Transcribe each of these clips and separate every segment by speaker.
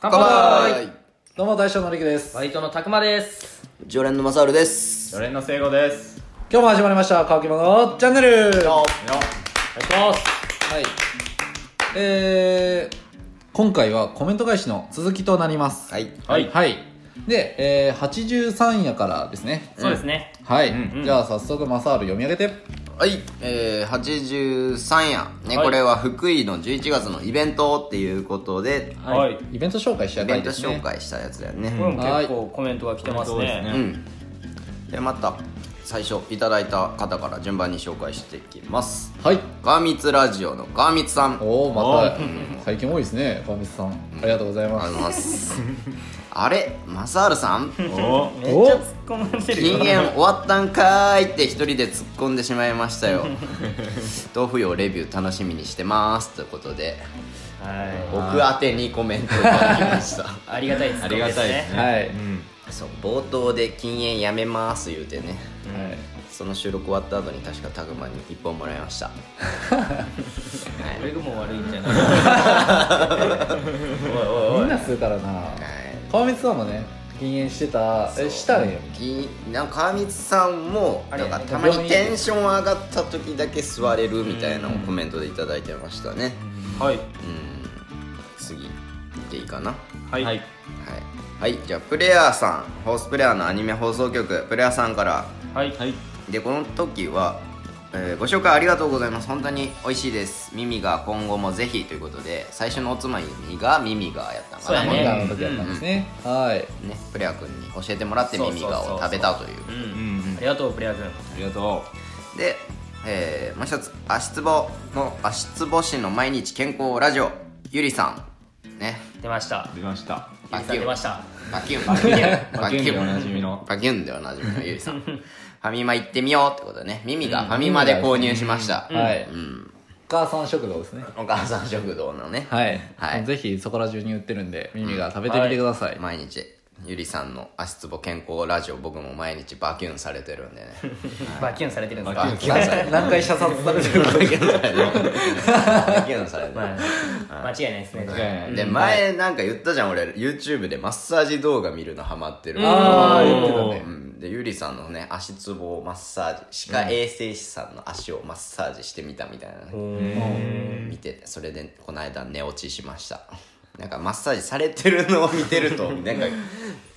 Speaker 1: 乾
Speaker 2: 杯
Speaker 3: どうも大将のりきです、
Speaker 1: バイトのたくまです。
Speaker 2: 常連のマサールです
Speaker 4: 常連の聖子ですよ
Speaker 3: 今日も始まりました「乾き物チャンネル」は
Speaker 1: お願いします。
Speaker 3: いえー、今回はコメント返しの続きとなります
Speaker 2: はい
Speaker 4: はい
Speaker 3: はいで、えー、83夜からですね
Speaker 1: そうですね。
Speaker 3: はい、
Speaker 4: んうん
Speaker 3: じゃあ早速マサール読み上げて
Speaker 2: はい、えー、83夜、ね
Speaker 4: はい
Speaker 2: これは福井の11月のイベントっていうことで
Speaker 4: は
Speaker 1: はい。
Speaker 4: い
Speaker 3: イベント紹介しちゃ
Speaker 2: イ
Speaker 3: い
Speaker 2: ベ
Speaker 3: た
Speaker 2: ン
Speaker 3: い
Speaker 2: ト
Speaker 3: ですね
Speaker 2: 紹介したやつだよね、
Speaker 1: これも
Speaker 3: はい
Speaker 1: 結構コメントが来てます
Speaker 4: そうです
Speaker 1: ね。
Speaker 2: う
Speaker 4: ね
Speaker 2: んでまた最初いただいた方から順番に紹介していきます
Speaker 3: はい
Speaker 2: 川光ラジオの川光さんあり
Speaker 3: おおまた最近多いですね川光さんありがとうござい
Speaker 2: が
Speaker 3: ま
Speaker 2: とう
Speaker 3: す
Speaker 2: ございますあれマサールさん
Speaker 4: お
Speaker 1: めっちゃ突っ込まれてるよ。
Speaker 2: 禁煙終わったんかーいって一人で突っ込んでしまいましたよ豆腐用レビュー楽しみにしてますということで
Speaker 1: は
Speaker 2: 僕宛てにコメントいただきました
Speaker 1: い。ありがたいです。
Speaker 4: ありがたいですね
Speaker 3: はい、
Speaker 4: うん
Speaker 2: そう冒頭で禁煙やめます言うてね
Speaker 3: はい
Speaker 2: その収録終わった後に確かタグマに1本もらいました
Speaker 1: これがもう悪いんじゃない。
Speaker 3: みんなするからな
Speaker 2: はい
Speaker 3: 川光さんもね禁煙してたえしたね
Speaker 2: ぎなんか川光さんも
Speaker 1: あ
Speaker 2: な
Speaker 1: れ
Speaker 2: んかたまにテンション上がった時だけ座れるみたいなのをコメントでいただいてましたね
Speaker 4: はい
Speaker 2: うん次でいいかな
Speaker 4: はいは
Speaker 2: は
Speaker 4: い
Speaker 2: い、はい、じゃあプレイヤーさんホースプレイヤーのアニメ放送局プレイヤーさんから
Speaker 4: はいはい
Speaker 2: でこの時は、えーご紹介ありがとうございます本当に美味しいです耳が今後もぜひということで最初のおつまみが耳がやったのかな
Speaker 1: そう
Speaker 3: み
Speaker 1: や
Speaker 3: ん
Speaker 1: ね
Speaker 3: なの時やったんですね、はい
Speaker 2: ね、プレア君に教えてもらって
Speaker 1: そう
Speaker 2: 耳が
Speaker 1: そうそう
Speaker 2: を
Speaker 1: そう
Speaker 2: 食べたという
Speaker 1: う。
Speaker 4: うんん
Speaker 1: ありがとうプレア君。
Speaker 4: ありがと
Speaker 2: で、えーもう一つ足つぼの足つぼ市の毎日健康ラジオゆりさんね
Speaker 1: 出ました。
Speaker 4: う出ました
Speaker 1: ゆりさん出ました。
Speaker 2: バキュン
Speaker 4: バキュン
Speaker 2: バキュン
Speaker 4: でおなじみの
Speaker 2: バキュンでおなじみのゆりさんファミマ行ってみようってことでね耳がファミマで購入しました、
Speaker 3: はい、
Speaker 2: うん、
Speaker 3: お母さん食堂ですね
Speaker 2: お母さん食堂のね、
Speaker 3: はい、
Speaker 2: はい
Speaker 3: ぜひそこら中に売ってるんで耳が食べてみてください、
Speaker 2: 毎日ゆりさんの足つぼ健康ラジオ僕も毎日バキュンされてるんでね
Speaker 1: バキュンされてるんですか
Speaker 2: バ。キュンされてる
Speaker 3: 何回射殺されてるか
Speaker 2: バキュンされてるバキュンされてる
Speaker 1: まあ間違いないですね。
Speaker 3: はい
Speaker 2: で前なんか言ったじゃん俺 YouTube でマッサージ動画見るのハマってる
Speaker 3: あー言ってた
Speaker 2: う
Speaker 3: ね
Speaker 2: んでゆりさんのね足つぼをマッサージ歯科衛生士さんの足をマッサージしてみたみたいなね見てそれでこの間寝落ちしました なんかマッサージされてるのを見てると なんか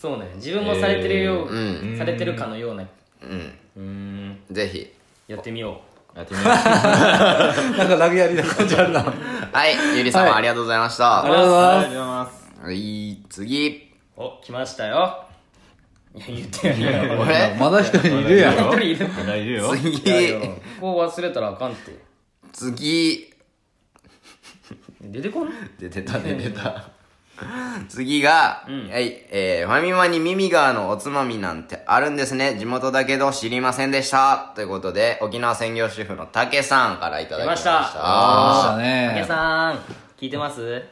Speaker 1: そうね。自分もされてるよ
Speaker 2: ー
Speaker 1: う、されてるかのような。
Speaker 2: うん
Speaker 1: うん。
Speaker 2: ぜひ
Speaker 1: やってみよ
Speaker 4: やってみまし
Speaker 3: なんかラグやりな感じあるなあり
Speaker 2: はいゆりさん
Speaker 3: はい
Speaker 2: ありがとうございました
Speaker 3: がとうござい
Speaker 4: たあり
Speaker 3: ま
Speaker 4: がとうございます
Speaker 2: はい 次
Speaker 1: う。お来ましたよ。いや言ってやるよ。
Speaker 2: こ
Speaker 3: す
Speaker 2: れ
Speaker 3: まだ一人 いるやん
Speaker 1: 一人いる。
Speaker 4: まだいるよ
Speaker 2: 次
Speaker 1: ここ忘れたらあかんって。
Speaker 2: 次
Speaker 1: 出てこない。
Speaker 2: 出てた出てた次が、はい、えーファミマにミミガーのおつまみなんてあるんですね。地元だけど知りませんでした。ということで、沖縄専業主婦の竹さんからいただきました。
Speaker 1: 出ました
Speaker 3: した
Speaker 1: たけ
Speaker 3: ね
Speaker 1: さん聞いてます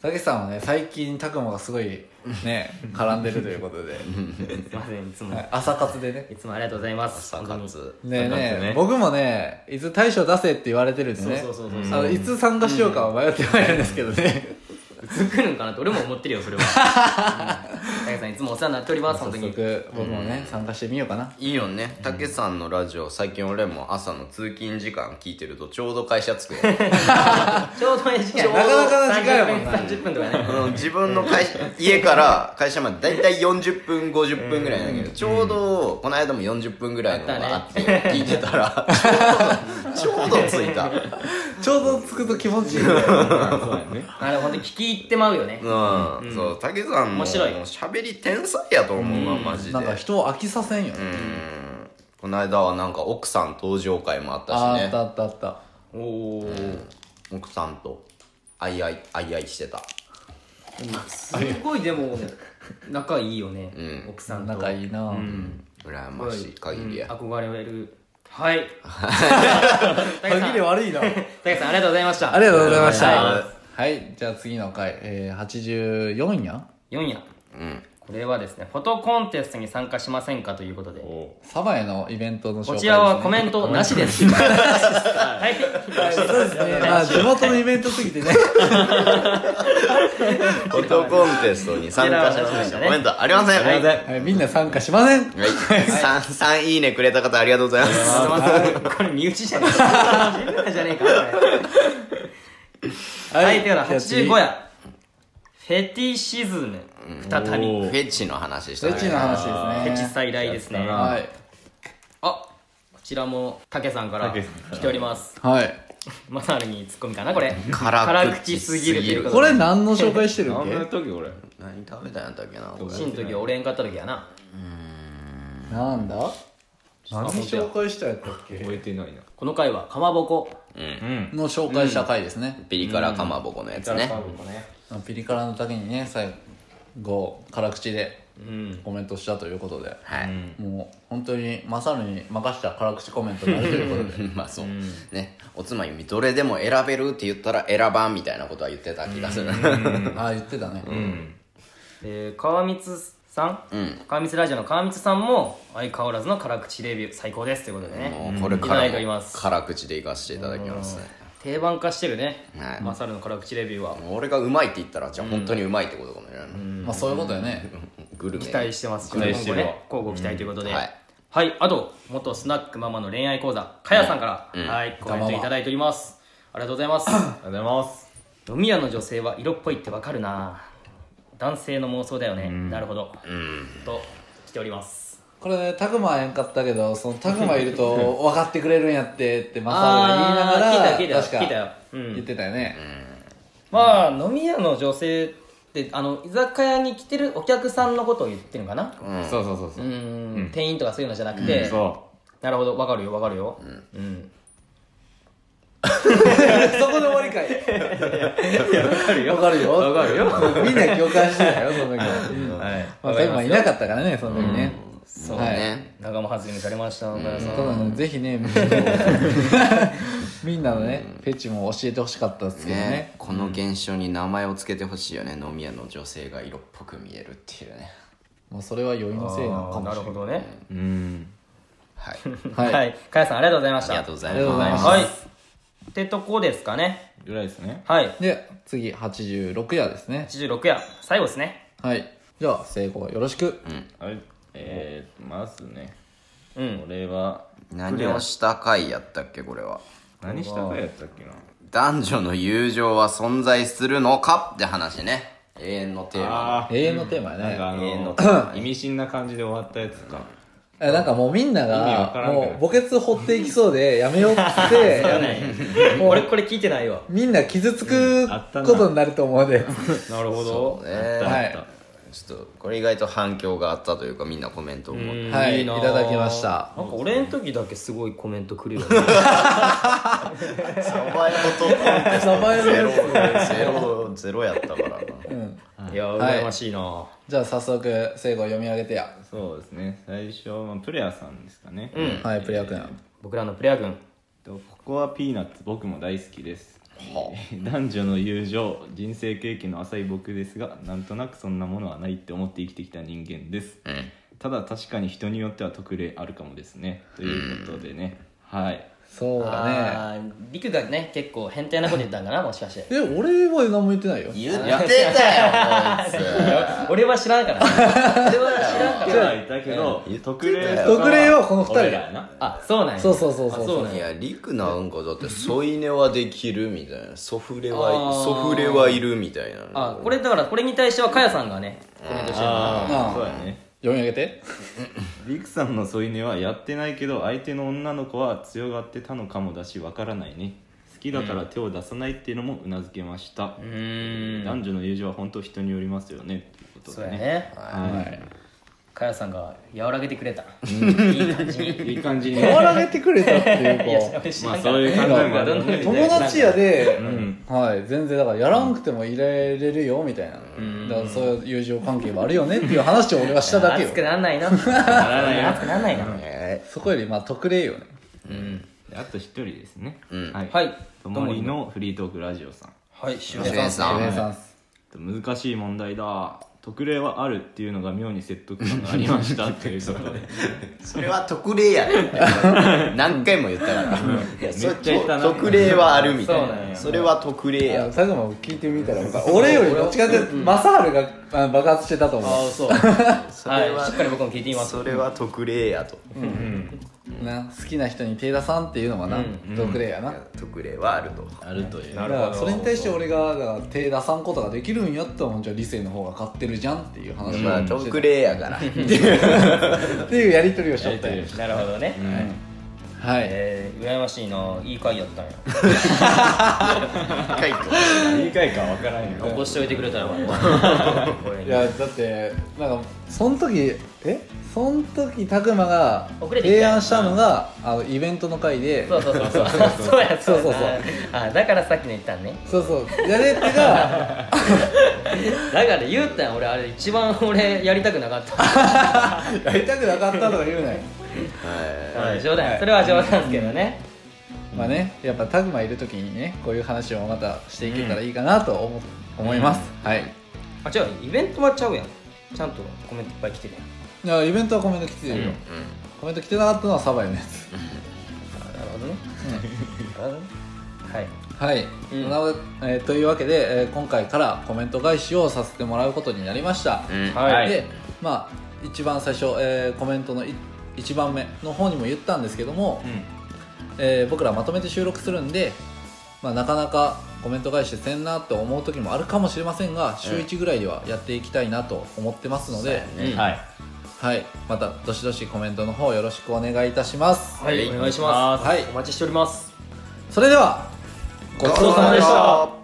Speaker 3: たけしさんはね最近たくまがすごいね絡んでるということで
Speaker 1: すいませんいつも
Speaker 3: はい朝活でね
Speaker 1: いつもありがとうございます
Speaker 2: 朝
Speaker 1: 本当に
Speaker 2: 活。
Speaker 3: ねえ
Speaker 4: 朝活
Speaker 3: ね
Speaker 4: ね
Speaker 3: 僕もねいつ大賞出せって言われてるんでね
Speaker 1: そうそうそう
Speaker 3: あのいつ参加しようかは迷ってはいるんですけどね
Speaker 1: 作るんかなって俺も思ってるよそ れはうんたけさんいつもお世話になっております
Speaker 3: 早
Speaker 1: 本当に
Speaker 3: 速僕もね参加してみようかない
Speaker 2: いよね。竹さんのラジオ、最近俺も朝の通勤時間聞いてるとちょうど会社着くよ。
Speaker 1: ちょうどいい時間
Speaker 3: なかなかな時間やもんな
Speaker 1: 30分30分とかね
Speaker 2: あの自分の会社家から会社までだいたい40分50分ぐらいなんだけど、ちょうどこの間も40分ぐらいのがあって聞いてたらちょうどちょうど着いた
Speaker 3: ちょうどつくと気持ちいいね
Speaker 4: そうやね
Speaker 1: あれ本当に聞き入ってまうよね
Speaker 2: うん、そう竹さんも
Speaker 1: 面白い
Speaker 2: もう喋り天才やと思うわ、マジで
Speaker 3: なんか人を飽きさせんよね
Speaker 2: うんこの間はなんか奥さん登場会もあった
Speaker 3: あーあ
Speaker 2: し
Speaker 3: った
Speaker 2: ね
Speaker 3: あったあった
Speaker 1: おお
Speaker 2: 奥さんとあいあいあいあいしてた
Speaker 1: すごいでも仲いいよね
Speaker 2: うん
Speaker 1: 奥さんと
Speaker 3: 仲いいな、
Speaker 2: 羨ましい限りや、
Speaker 1: 憧れるはいた けさ
Speaker 3: 限り
Speaker 1: ん
Speaker 3: 悪いな あ
Speaker 1: たけさんありがとうございました
Speaker 3: りがとうございました
Speaker 2: ありがとうございま
Speaker 3: はいじゃあ次の回、えー、84夜
Speaker 1: 4夜
Speaker 2: うん
Speaker 1: これはですねフォトコンテストに参加しませんかということで
Speaker 4: お
Speaker 3: サバエのイベントの紹介
Speaker 1: こちらはコメントなしです。はい。
Speaker 3: ですねはいそうですねまあ地元のイベントすぎてね
Speaker 2: フォトコンテストに参加しました。コメントありません。
Speaker 1: ありません
Speaker 3: はい、みんな参加しません
Speaker 2: はい。3、三いいねくれた方ありがとうございます。
Speaker 1: これ身内じゃねえか自分らじゃねえかこれはい、では85
Speaker 3: や
Speaker 1: 夜フェティシズム再び
Speaker 2: フェチの話した
Speaker 3: そっちの話
Speaker 1: フ
Speaker 3: で
Speaker 1: ェ
Speaker 3: す
Speaker 1: チ
Speaker 3: ね
Speaker 1: 再来ですねあ
Speaker 3: はい
Speaker 1: こちらもたけさんから
Speaker 4: 竹さんから
Speaker 1: 来ております
Speaker 3: はい
Speaker 1: まさるにツッコミかなこれ
Speaker 2: 辛口
Speaker 1: 口すぎるということ
Speaker 3: こ
Speaker 1: で
Speaker 3: れ何の紹介してるん
Speaker 4: 何の
Speaker 3: け
Speaker 4: 時俺
Speaker 2: 何食べたんやったっけなこ
Speaker 1: 真の時は俺んかった時やな
Speaker 3: なんだ何紹介したやったっけ
Speaker 4: 覚えてないな
Speaker 1: この回はかまぼこ
Speaker 4: うん
Speaker 3: の紹介した回ですね
Speaker 2: れ、ピリ辛かまぼこのやつね。
Speaker 3: ピリ辛の時にね最後辛口で
Speaker 1: うん
Speaker 3: コメントしたということで
Speaker 2: はい。
Speaker 3: もう本当にマサルに任した辛口コメントになるということで
Speaker 2: まあそう、ねおつまみどれでも選べるって言ったら選ばんみたいなことは言ってた気がする、
Speaker 3: ああ言ってたね
Speaker 1: で川光さん、
Speaker 2: ん
Speaker 1: 川光ラジオの川光さんも相変わらずの辛口レビュー最高ですということでね
Speaker 2: もうこれか
Speaker 1: いただいており
Speaker 2: ら
Speaker 1: ま
Speaker 2: も
Speaker 1: す
Speaker 2: 辛口でいかせていただきます、
Speaker 1: 定番化してるね、
Speaker 2: はい
Speaker 1: マサルの辛口レビューは
Speaker 2: 俺がうまいって言ったらじゃあ本当にうまいってことかもしれない、
Speaker 3: まあそういうことよね
Speaker 2: グルメ
Speaker 1: 期待してます
Speaker 4: 期待してるわ
Speaker 1: 今後ね交互期待ということで、
Speaker 2: うん
Speaker 1: は
Speaker 2: はいい、
Speaker 1: あと元スナックママの恋愛講座かやさんから、はいコメントいただいておりますありがとうございます
Speaker 4: ありがとうございます
Speaker 1: 飲み屋の女性は色っぽいってわかるな男性の妄想だよね、なるほど、と来ております
Speaker 3: これね、タグマはえんかったけど、そのタグマいると分かってくれるんやってってマサルが言いながら、
Speaker 1: あー聞いたよ聞いたよ聞
Speaker 3: 確
Speaker 1: いたよ
Speaker 3: か
Speaker 1: うん
Speaker 3: 言ってたよね。
Speaker 1: まあ飲み屋の女性ってあの居酒屋に来てるお客さんのことを言ってるのかな
Speaker 2: うん
Speaker 4: そうそうそうそうう
Speaker 1: ーん店員とかそういうのじゃなくて、
Speaker 4: そ
Speaker 1: なるほどわかるよわかるようん
Speaker 3: そこで終わりかい。分かるよ。分かるよ。分かるよ。みんな共感してたよ、その時
Speaker 4: う
Speaker 3: は。
Speaker 4: はい
Speaker 3: まあ、タグマいなかったからね、その時ね。
Speaker 1: そう
Speaker 3: はい
Speaker 2: ね
Speaker 1: 仲間外れにされました岡田さん
Speaker 3: ただね、ぜひね、みんな みんなのね、フェチも教えてほしかったですけど
Speaker 2: ね
Speaker 3: ね。
Speaker 2: この現象に名前をつけてほしいよね、飲み屋の女性が色っぽく見えるっていうね
Speaker 3: もうそれは酔いのせいなのかも
Speaker 1: な
Speaker 3: し
Speaker 1: る
Speaker 3: れ
Speaker 1: ほどね
Speaker 4: うん
Speaker 2: はい
Speaker 3: な。
Speaker 1: はいい、
Speaker 3: はい。
Speaker 1: かやさんありがとうございまし
Speaker 2: あ
Speaker 1: た
Speaker 2: りがとうござ
Speaker 3: あ
Speaker 2: い
Speaker 3: りがとうござい
Speaker 2: ま
Speaker 3: ますす。
Speaker 1: はいってとこですかね
Speaker 4: ぐらいですね
Speaker 1: はい
Speaker 3: で、次、86夜ですね。
Speaker 1: 86夜最後ですね
Speaker 3: はい。じゃあ、成功よろしく。
Speaker 4: はいえーまずね
Speaker 1: うん
Speaker 4: 俺は
Speaker 2: 何をした回やったっけこれは
Speaker 4: 何したかやったっけな
Speaker 2: 男女の友情は存在するのかって話ね永遠のテーマ
Speaker 4: あ
Speaker 3: 永遠のテーマやね。
Speaker 4: なんかあ
Speaker 2: 永遠の
Speaker 4: の意味深な感じで終わったやつか
Speaker 3: えなんかもうみんな
Speaker 4: 意味わか
Speaker 3: が
Speaker 4: らんけど
Speaker 3: もう墓穴掘っていきそうでやめようっつって
Speaker 1: 俺これ聞いてないわ
Speaker 3: みんな傷つく
Speaker 4: あったな
Speaker 3: ことになると思うで、
Speaker 1: なるほど
Speaker 2: ね
Speaker 3: はい
Speaker 2: ちょっとこれ意外と反響があったというかみんなコメントを持 って
Speaker 3: はい
Speaker 1: ない
Speaker 3: ただきました
Speaker 1: なんか俺の時だけすごいコメントくるよね
Speaker 2: サバイフォトコンテスト
Speaker 3: サバイフォトコ
Speaker 2: ゼロゼロゼロやったからな、
Speaker 1: いや
Speaker 3: はい
Speaker 1: 羨ましいな
Speaker 3: じゃあ早速聖子読み上げてや
Speaker 4: そうですね最初はプレアさんですかね
Speaker 1: うん
Speaker 3: はいプレア君
Speaker 1: 僕らのプレア軍
Speaker 4: とここはピーナッツ僕も大好きです、男女の友情人生経験の浅い僕ですがなんとなくそんなものはないって思って生きてきた人間です、ただ確かに人によっては特例あるかもですねということでね、はい
Speaker 3: そうだね
Speaker 1: あーリクがね結構変態なこと言ったんかなもしかして
Speaker 3: え俺は何も言ってないよ
Speaker 2: 言ってたよこいつ
Speaker 1: 俺は知らんから俺は知らんから
Speaker 4: 僕はいたけど特例
Speaker 3: よ特例はこの二人
Speaker 4: 俺らやな
Speaker 1: あそうなんや
Speaker 3: そうそうそうそう
Speaker 1: あそうなん
Speaker 2: い
Speaker 1: や
Speaker 2: やリクなんかだって添い寝はできるみたいなソフレは
Speaker 1: あー
Speaker 2: ソフレはいるみたいな
Speaker 1: あこれだからこれに対してはかやさんがねコメントしてる
Speaker 4: あ
Speaker 3: う
Speaker 4: あ
Speaker 3: ん
Speaker 4: そうやね
Speaker 3: 読み上げて
Speaker 4: リクさんの添い寝はやってないけど相手の女の子は強がってたのかもだしわからないね好きだから手を出さないっていうのもうなずけました、
Speaker 1: うん
Speaker 4: 男女の友情は本当人によりますよねっていうこと
Speaker 1: そう
Speaker 4: で
Speaker 1: や
Speaker 4: ね
Speaker 1: ね
Speaker 3: はい
Speaker 1: かやさんが和らげてくれたいい感じに
Speaker 4: いい感じに
Speaker 3: 終わらげてくれたっていう
Speaker 1: いやそ
Speaker 3: 子
Speaker 1: れ知
Speaker 4: ま
Speaker 1: ら
Speaker 4: あ
Speaker 1: んか
Speaker 4: そ
Speaker 1: ら
Speaker 4: ういう考えもあるよね
Speaker 3: 友達やで、
Speaker 4: ん
Speaker 3: はい、全然だからやらんくてもいられるよみたいな、だからそういう友情関係もあるよねっていう話を俺はしただけよ
Speaker 1: 熱くなんないな 熱くなんないな
Speaker 2: え
Speaker 3: そこよりまあ特例よね
Speaker 4: あと一人ですね、
Speaker 2: ん
Speaker 4: はい
Speaker 1: はい
Speaker 4: ともりのフリートークラジオさん
Speaker 1: はいし
Speaker 2: ー、シュエンさん
Speaker 3: さん
Speaker 4: 難しい問題だ特例はあるっていうのが妙に説得感がありましたっていうところで
Speaker 2: それは特例やね 何回も言ったからいやそれ
Speaker 4: めっちゃ言ったな
Speaker 2: 特例はあるみた
Speaker 1: そうなん
Speaker 2: いな
Speaker 1: や
Speaker 2: それは特例
Speaker 3: い
Speaker 2: や
Speaker 3: や最後まで聞いてみたら分かる俺よりどっちかっていうと正治があ爆発してたと思
Speaker 1: ああそうはいしっかり僕も聞いてみます
Speaker 2: それは特例やと
Speaker 3: うな好きな人に手出さんっていうのはな特例やな
Speaker 2: 特例はあると
Speaker 4: あるという
Speaker 1: な
Speaker 3: だ
Speaker 1: る
Speaker 3: か
Speaker 1: ほど
Speaker 3: らそれに対して俺がだから手出さんことができるんやったらもうじゃあ理性の方が勝ってるじゃんっていう話
Speaker 2: まあ
Speaker 3: をして
Speaker 2: 特例やから
Speaker 3: たっていうやり取りをし
Speaker 4: や
Speaker 3: とっ
Speaker 4: り
Speaker 3: たん
Speaker 4: とり
Speaker 3: や
Speaker 4: をし
Speaker 1: なるほどね、
Speaker 3: はい
Speaker 1: えー、羨ましいないい回やったんや
Speaker 2: 回答
Speaker 4: 何回かわからんよ
Speaker 1: 残して おいてくれたらよかったこれ
Speaker 3: い
Speaker 1: に
Speaker 3: やだってなんかその時えその時拓磨が
Speaker 1: 遅れてきた
Speaker 3: 提案したのがあのイベントの回で
Speaker 1: そうそうそう そうそうや
Speaker 3: そうそうそう
Speaker 1: あだからさっきの言ったんね
Speaker 3: そうそうやれってが
Speaker 1: だから言うたん俺あれ一番俺やりたくなかった、
Speaker 3: やりたくなかったとか言うなよ
Speaker 1: はい、冗談それは冗談ですけどね、
Speaker 3: まあねやっぱ拓磨いる時にねこういう話をまたしていけたらいいかなと思,、思います、はい
Speaker 1: あ違うイベントはちゃうやんちゃんとコメントいっぱい来てるやん
Speaker 3: いやイベントはコメント来てるよ、コメント来てなかったのはサバイのやつ
Speaker 1: なるほどねなるほどねはい
Speaker 3: はい、
Speaker 1: うん
Speaker 3: なのでえーというわけで、えー今回からコメント返しをさせてもらうことになりました、
Speaker 2: うん
Speaker 1: はい
Speaker 3: でまあ一番最初、えーコメントのい一番目の方にも言ったんですけども、えー僕らまとめて収録するんで、まあ、なかなかコメント返してせんなって思う時もあるかもしれませんが週1ぐらいではやっていきたいなと思ってますので、
Speaker 1: うん
Speaker 4: はい
Speaker 3: はい、またどしどしコメントの方よろしくお願いいたします
Speaker 1: はい、お願いします
Speaker 3: はい
Speaker 1: お待ちしております
Speaker 3: それではごちそうさまでした
Speaker 2: た